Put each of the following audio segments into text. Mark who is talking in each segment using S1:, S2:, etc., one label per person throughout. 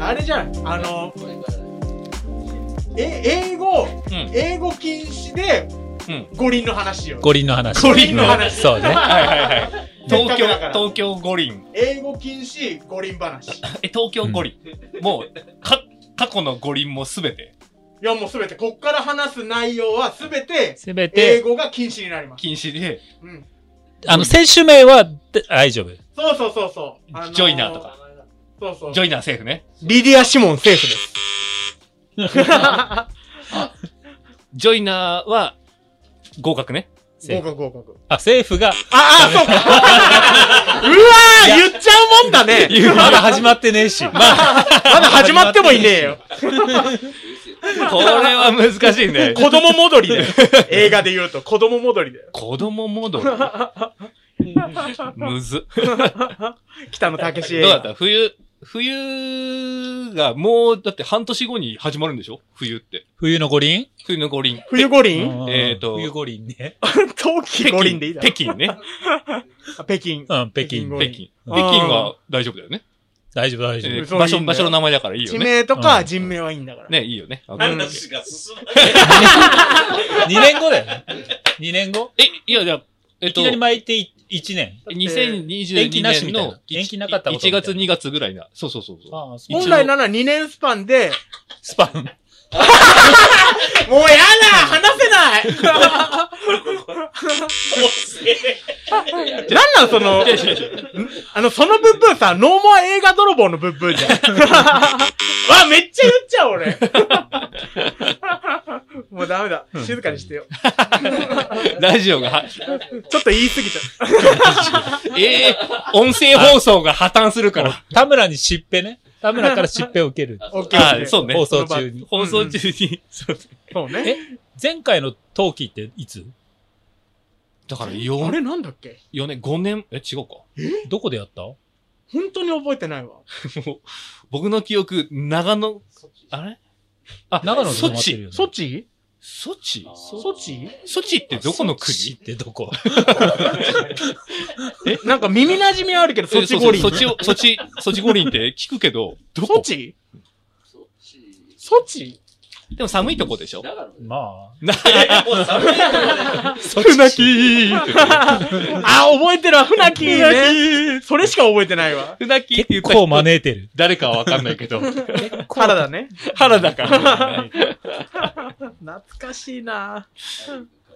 S1: あれじゃんあのえ英語、
S2: ん
S1: 英語禁止で
S2: うん。
S1: 五輪の話よ
S2: 五輪の話。
S1: 五輪の話
S2: うんそうね。はいはいはい。
S1: せっか
S2: 東
S1: く
S2: 京
S1: だから、
S2: 東京五輪。
S1: 英語禁止五輪話い
S2: え、東京五輪。もう、か、過去の五輪もすべて
S1: やもうすべてこっから話す内容はすべて
S2: すべ
S1: 英
S2: て
S1: 語が禁止になります、
S2: 禁止で、
S1: うん、
S2: あの、選手名はで大丈夫。
S1: そうそうそうそう、
S2: ジョイナーとか
S1: そうそう
S2: ジョイナーセーフね。
S1: リディア・シモンセーフです
S2: ジョイナーは、合格ね。セー
S1: 合
S2: フ。
S1: 格合格
S2: あ、セーフが、
S1: ああそう かうわー言っちゃうもんだね
S2: まだ始まってねえ し。まあ、
S1: まだ始まってもいねえよ
S2: これは難しい ね。
S1: 子供戻りだよ。映画で言うと子供戻りだよ。
S2: 子供戻り。むず。
S1: 北野武史映
S2: どうだ
S1: 画。
S2: った冬、冬がもう、だって半年後に始まるんでしょ冬って。
S3: 冬の五輪
S2: 冬の五輪。
S1: 冬五輪
S2: えーと
S3: 冬五輪ね。
S1: 冬季 五輪でいいだろ
S2: 北。京ね。
S1: あ北京。
S3: うん、北
S1: 北京
S3: 京
S1: 五。
S2: 北
S1: 輪
S2: 京。
S1: あ
S2: 北
S1: ー
S2: 京は大丈夫だよね。
S3: 大丈夫、大丈
S2: え
S3: 夫。
S2: ー
S1: そう
S2: 場
S1: いい
S2: 所、
S1: んだよ
S2: 場所の名前だからいいよ
S1: 地
S2: ね。
S1: 名とか人名はいいんだから。
S2: ね、いいよね。あ
S1: うん
S4: 話が進ま
S3: 2年後だよね。2年後
S2: え、いや、じゃあえっ
S3: い
S2: と
S3: きな、り巻いて1年。延期
S2: 2022
S3: なし
S2: 年
S3: みたいな
S2: の
S3: 延期なかったこ
S2: 1
S3: とみたいな
S2: 月2月ぐらいな。そうそうそうそう。
S3: ああ、そう
S1: 本来なら2年スパン で、
S3: スパン。
S1: もうやだ話せない なんなんその、あの、そのブッブーさ、ノーモア映画泥棒のブッブーじゃん。 わ、めっちゃ言っちゃう俺。 もうダメだ。静かにしてよ。
S2: ラジオがは、
S1: ちょっと言い過ぎちゃっ
S2: ええ音声放送が破綻するから。
S3: 田村にしっぺね。田村からしっぺを受ける。
S1: た。オッケーオッ
S2: あ
S1: ケー。
S2: そうね
S3: 放。送中に。
S2: 放送中に。そう
S1: そうね。
S3: え前回の冬季っていつ
S2: だから
S1: あ
S2: 4
S1: れ
S2: 年、
S1: なんだっけ
S2: 4年、5年、え、違うか。
S3: どこでやった
S1: 本当に覚えてないわ。
S2: 僕の記憶、長野、あれあ、
S3: 長野で
S2: ソ
S3: 止まってる
S2: チ。
S3: よね。
S1: ソチ
S2: ソチ
S1: ソチ
S2: ソチってどこの国
S3: ソチってどこ
S1: なんか耳馴染みはあるけど、ソチ五輪。
S2: ソチを、ソチ、ソチ五輪って聞くけど、ど
S1: ソ
S2: こ
S1: チソ チ
S2: でも寒いとこでしょ
S3: ま
S2: 船木
S1: あ、覚えてるわ、船木ね。それしか覚えてないわ。
S2: 船木
S3: あ、
S2: って言
S3: 結
S2: った人
S3: 構招いてる。
S2: 誰かはわかんないけ ど。
S1: 原だね。
S2: 原田か。
S1: 懐かしいな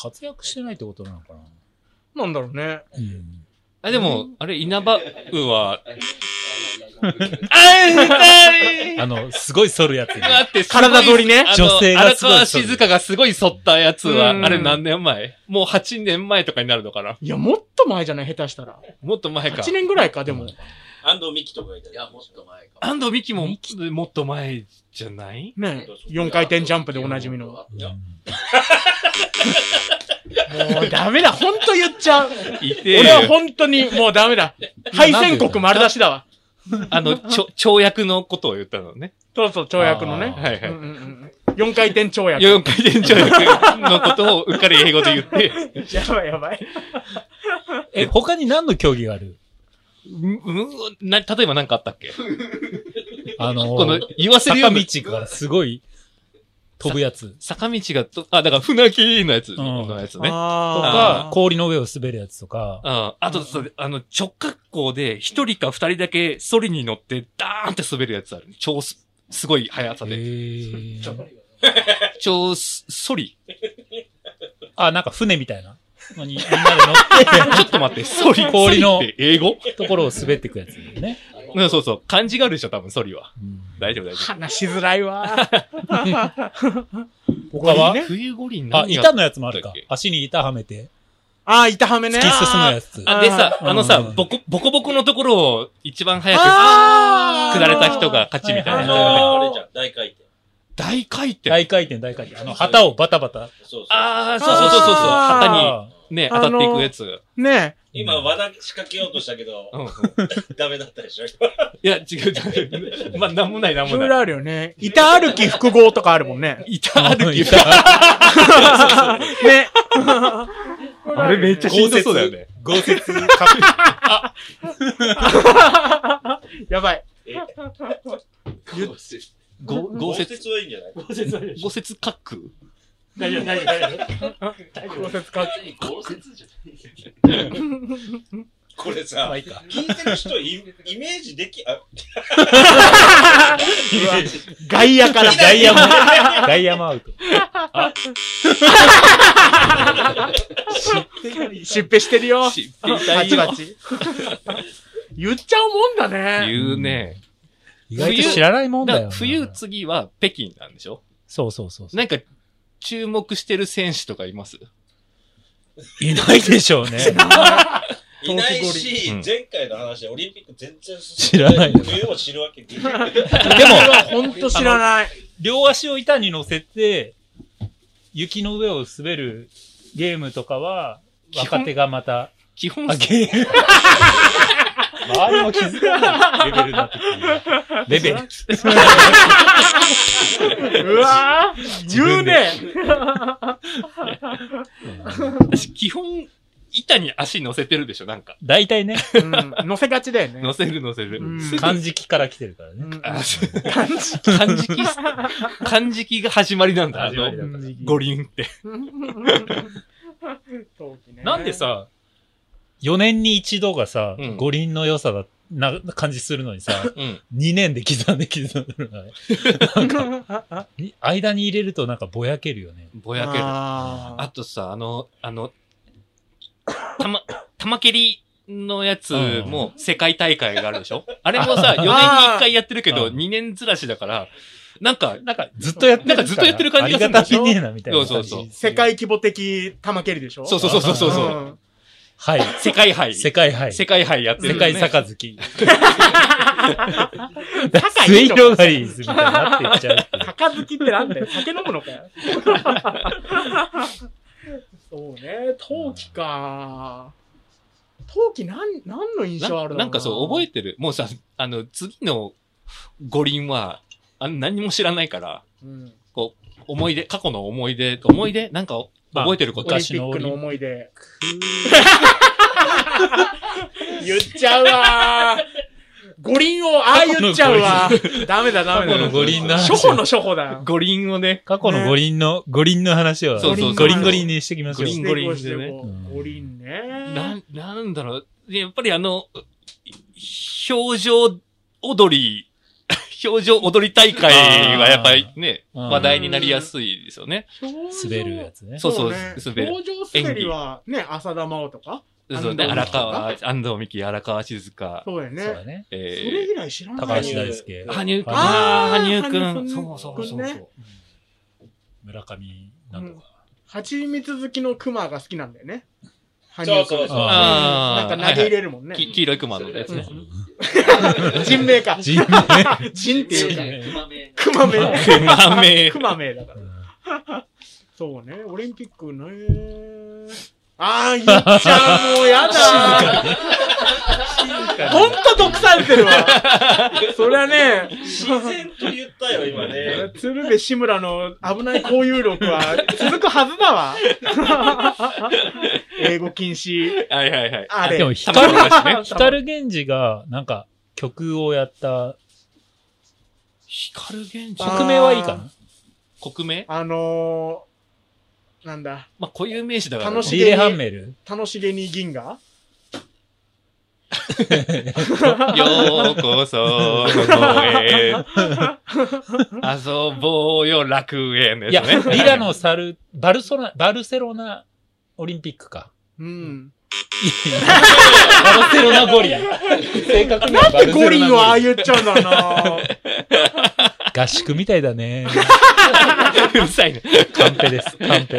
S3: 活躍してないってことなのかな
S1: なんだろうね。
S3: うん。
S2: あ、でも、あれ、稲葉うは、
S3: あの、すごい反るやつ。
S2: 待って、すごい
S1: 体取りね
S2: あの
S3: 女性がすごい
S2: 荒川静香がすごい反ったやつは、
S1: うん
S2: あれ何年前もう8年前とかになるのかない
S1: や、もっと前じゃない、下手したら。
S2: もっと前か
S1: 1。年ぐらいか、でも。
S4: 安藤美希とかがいたいや、もっと前か。
S2: 安藤美希も、もっと前じゃない
S1: ね。4回転ジャンプでおなじみの。もうダメだ、ほんと言っちゃう。
S2: いて、
S1: 俺はほんとに、もうダメだ。敗戦国丸出しだわ。
S2: あの、ちょ、跳躍のことを言ったのね。
S1: そうそう、跳躍の
S3: あ
S1: ね。
S2: は
S1: ん
S2: いうはい。
S1: うんうん4回転跳躍。
S2: 4回転跳躍のことをうっかり英語で言って、
S1: やばいやばい。
S3: え、他に何の競技がある
S2: う、う、な、例えば何かあったっけ
S3: あの
S2: この、言わせるよ
S3: 坂
S2: う
S3: 道
S2: な。
S3: がすごい飛ぶやつ。
S2: 坂道がと、あ、だから船木のやつ、
S3: ん
S2: のやつね。
S3: と
S1: あ
S3: か
S1: あ、
S3: 氷の上を滑るやつとか。
S2: うん。あと、そうあの、直角行で一人か二人だけソリに乗ってダーンって滑るやつある。超す、すごい速さ
S3: へ
S2: で。
S3: ー
S2: 超す、ソリ。
S3: あ、なんか船みたいなのにみんなで乗っ
S2: ちょっと待 って、ソリ、
S3: 氷の
S2: ソリって英語
S3: て、ところを滑ってくやつだよね。
S2: うん、そうそう。漢字があるでしょ、多分、ソリは。
S3: うん
S2: 大丈夫、大丈
S1: 話しづらいわ。
S3: 他は
S2: 夫。冬五輪
S3: あ、
S2: 何やっ
S3: 板のやつもある
S2: だ
S3: か
S2: っけ。
S3: 足に板はめて、
S1: ああ、板はめね。
S3: 突き進むやつ。
S2: あ、でさ、
S3: うん
S2: あのさ、ボコ、ボコボコのところを一番早く、
S1: あ
S2: 釣られた人が勝ちみた
S3: はいい
S2: な。
S4: あれじゃん、大回転。
S2: 大回転。
S3: 大回転、大回転。あの、旗をバタバタ。
S4: そうそう。
S2: ああ、そうそうそうそうそう。旗に
S3: あ
S2: ね、
S1: あ
S2: 当
S1: の
S2: たっていくやつ。
S1: ね
S4: 今、和田仕掛けようとしたけど
S2: う、んうん
S4: ダメだったでしょ。
S2: いや、違う違う。まあ、なんもないなん
S1: え。い
S2: も
S1: ろい
S2: な
S1: ろ
S2: い。
S1: あるよね。板歩き複合とかあるもんね。
S2: 板歩き。
S1: ね。あれめっち
S2: しんどそうだよね。
S3: 豪 雪カップ。
S1: やばい。
S2: ご豪
S4: 豪
S2: 雪、
S4: 雪はいいんじゃない
S2: 豪雪滑空
S5: 大丈夫、大丈夫、大丈夫。大丈
S1: 豪
S5: 夫。
S1: 雪か。
S5: 豪雪じゃない。
S4: これさ、
S3: いいか
S4: 聞いてる人イ、イメージでき、 あ、
S1: 外野から。
S3: ダイヤモダイヤマアウト。
S1: 失敗 してるよ。
S2: 知っていた
S1: バ
S2: い
S1: チ
S2: よ
S1: バチ。言っちゃうもんだね。
S2: 言うね。
S3: 意外と知らないもん
S2: だ
S3: だ
S2: か
S3: よ
S2: ら
S3: な。
S2: 冬次は北京なんでしょ
S3: そうそうそうそう。
S2: なんか、注目してる選手とかいます
S3: いないでしょうね。
S4: いない
S2: 冬季
S4: し、
S2: 五輪
S4: 前回の話でオリンピック全然
S3: 知らないよ
S4: 冬も知るわけできない。
S3: でも、
S1: ほんと知らない。
S3: 両足を板に乗せて、雪の上を滑るゲームとかは、
S2: 基本
S3: 若手がまた、
S2: 基本、
S3: あ、ゲーム。周りも気づかないレベルになってくる。レベル。
S1: うわぁ、言うね。
S2: 私基本、板に足乗せてるでしょなんか。
S3: 大体ね、
S1: うん乗せがちだよね。
S2: 乗せる乗せる
S1: う。ん
S2: すぐ
S3: 漢字期から来てるから
S1: う
S3: ね。
S1: ん
S2: あそう漢字期、漢字期が始まりなんだ、あ
S3: 始まりだ
S2: の、
S3: から
S2: 五輪って。
S1: 陶器ね
S3: なんで、さ、4年に一度がさ、
S2: うん
S3: 五輪の良さだ、な、感じするのにさ、
S2: うん。
S3: 2年で刻んで刻んでるのねに間に入れるとなんかぼやけるよね。
S2: ぼやける。あ
S1: あ
S2: とさ、あの、あの、玉、玉蹴りのやつも世界大会があるでしょあれもさ、4年に1回やってるけど、
S3: うん
S2: 2年ずらしだから、なんか、
S3: なんかずっとやって
S2: なん
S3: る
S2: かずっとやってる感じがする
S3: ありがたみねえなみたいな感じ。
S2: そうそうそう
S1: 世界規模的玉蹴りでしょ
S2: そうそうそうそうそうそう、
S1: ん
S3: はい。
S2: 世界杯。
S3: 世界
S2: 世
S3: 杯。世
S2: 界杯やってる、ね。
S3: 界杯。
S1: 高
S3: 末
S1: いと
S3: 広がりみたいになっていっちゃうっていう。
S1: 高好きってなん だよ。酒飲むのかよ。そうね、陶器か。陶器なん、何の印
S2: な
S1: 象ある
S2: なんかそう、覚え
S1: て
S2: てる。もうさ、あの、次の五輪は、あの何も知らないから、
S1: うん。
S2: 思い出、過去の思い出、思い出なんか
S3: まあ
S2: 覚えてること
S1: オリン
S3: 昔
S1: ピ
S3: の
S1: ッ
S3: オ
S1: ク
S3: リン
S1: の思い出。言っちゃうわー。五輪をああ言っちゃう わ。ダメだダメだ。
S3: 過去の五輪の話
S1: 初歩の初歩だよ。
S2: 五輪をね、
S3: 過去の五輪の、五輪の話を、
S2: そう
S1: そうそう
S3: 五輪五輪にしてきまし
S2: 五。
S3: ょう
S2: 輪
S1: していこうしていこう
S3: うん
S1: 五輪
S2: な
S1: ね。
S2: ん、なんだろう。でやっぱりあの、表情踊り、 表情踊り大会はやっぱりね、
S3: あー
S2: 話題になりやすいですよね。
S3: 滑るやつね。
S2: そうそう、
S1: ね
S2: 滑る。
S1: 登場滑りはね、浅田真央とか。
S2: そうね、
S1: 安藤
S2: 荒川、安藤美希、荒川静香、
S1: そうや
S3: そうだ
S1: ね。
S3: ね。
S1: それ
S2: え
S1: 以来知ら
S3: 高
S1: ない
S3: 橋大輔
S2: ー、。羽生くん、
S1: あー
S2: 羽生く
S1: 羽
S2: ん、
S1: 生くん
S2: そうそうそう
S1: ね
S2: そう。
S3: 村上なんとか。
S1: 蜂蜜好きの熊が好きなんだよね。
S4: そうそう
S1: 羽生くん
S4: そ
S3: あ
S4: う。
S1: なん
S2: あ
S1: か
S2: あ、
S1: 投
S2: は
S1: げ入
S2: い
S1: れるもんね。
S2: はいき黄色い熊のやつね。
S1: 人名か
S3: あ。。人名。
S1: 人っていうか。
S5: 熊目。
S1: 熊名。
S2: 熊名
S1: 熊名だから。そうね、オリンピックね。あー、言っちゃう、もうやだー。ほんと毒されてるわ。そりゃね、
S4: 自然と言ったよ、今ね。
S1: 鶴瓶志村の危ない交友録は続くはずだわ。英語禁止。
S2: はいはいはい。
S1: あれ。
S3: でも光る、光源氏が、なんか、曲をやった、
S2: 光源氏
S1: あー
S3: 曲名はいいかな
S2: 国名
S1: あのー、なんだ、
S2: まあ、固有名詞だから。
S1: 楽しい
S3: リレーハンメル
S1: 楽しげに銀河
S2: ようこそ、ここへ。遊ぼうよ、楽園で
S3: いや、
S2: すね。
S3: リラのサル、バルソナ、バルセロナオリンピックか。
S1: うん。
S3: バルセロナ五輪。 正確にはバルセロナ
S1: 五輪をああ
S3: い
S1: 言
S3: う。
S1: っちゃうんだろうな。
S3: 合宿みたいだね。
S2: うるさいね。
S3: カンペです。カンペ。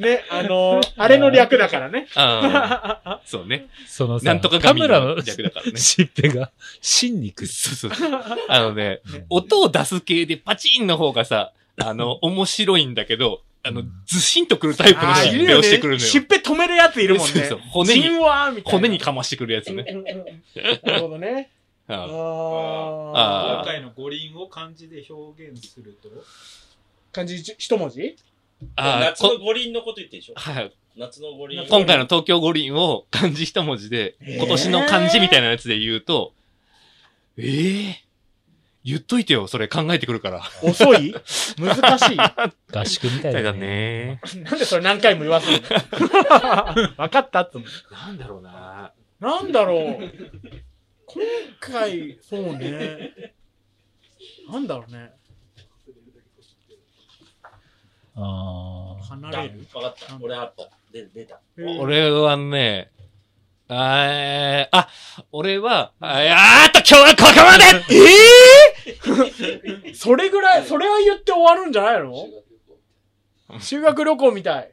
S1: ね、あ のーあれの略だからね。
S2: ああ。そうね。
S3: そのさ、
S2: なんとか
S3: カ
S2: 神
S3: メラの
S2: の略だ からね。
S3: しっぺが、真肉。
S2: そうそうそう。 あのね、音を出す系でパチンの方がさ、あの、面白いんだけど、あの、ずしんとくるタイプの
S1: あー
S2: 疾病をしてくるのよ。
S1: しっぺ止めるやついるもんね。
S2: そうそう骨に
S1: じんわーみたいな。
S2: 骨にかましてくるやつね。
S1: うんうんうん。なるほどね。あ
S2: あ
S1: ー
S2: あー
S4: 今回の五輪を漢字で表現すると。
S1: 漢字一一文字
S2: あー、
S4: 夏の
S2: こ
S4: 五輪のこと言ってるでしょ
S2: はい。
S4: 夏の五輪。
S2: 今回の東京五輪を漢字一文字で、
S1: えー
S2: 今年の漢字みたいなやつで言うと、ええ言っといてよ、それ考えてくるから。
S1: 遅 い難しいな
S3: 合宿みたいだね。
S2: ね。
S1: んでそれ何回も言わせるの 分かったっつうの。
S2: なんだろうな。
S1: なんだろう。今回、そうね。なんだろうね。
S3: あー
S1: 離
S4: だ。
S1: れ
S4: わ
S1: る。
S4: かった。俺あった。で出た。
S1: えー
S2: 俺はね、あーあ、俺は、あーあーっと、今日はここまでえ
S1: それぐらい、それは言って終わるんじゃないの修学旅行みたい。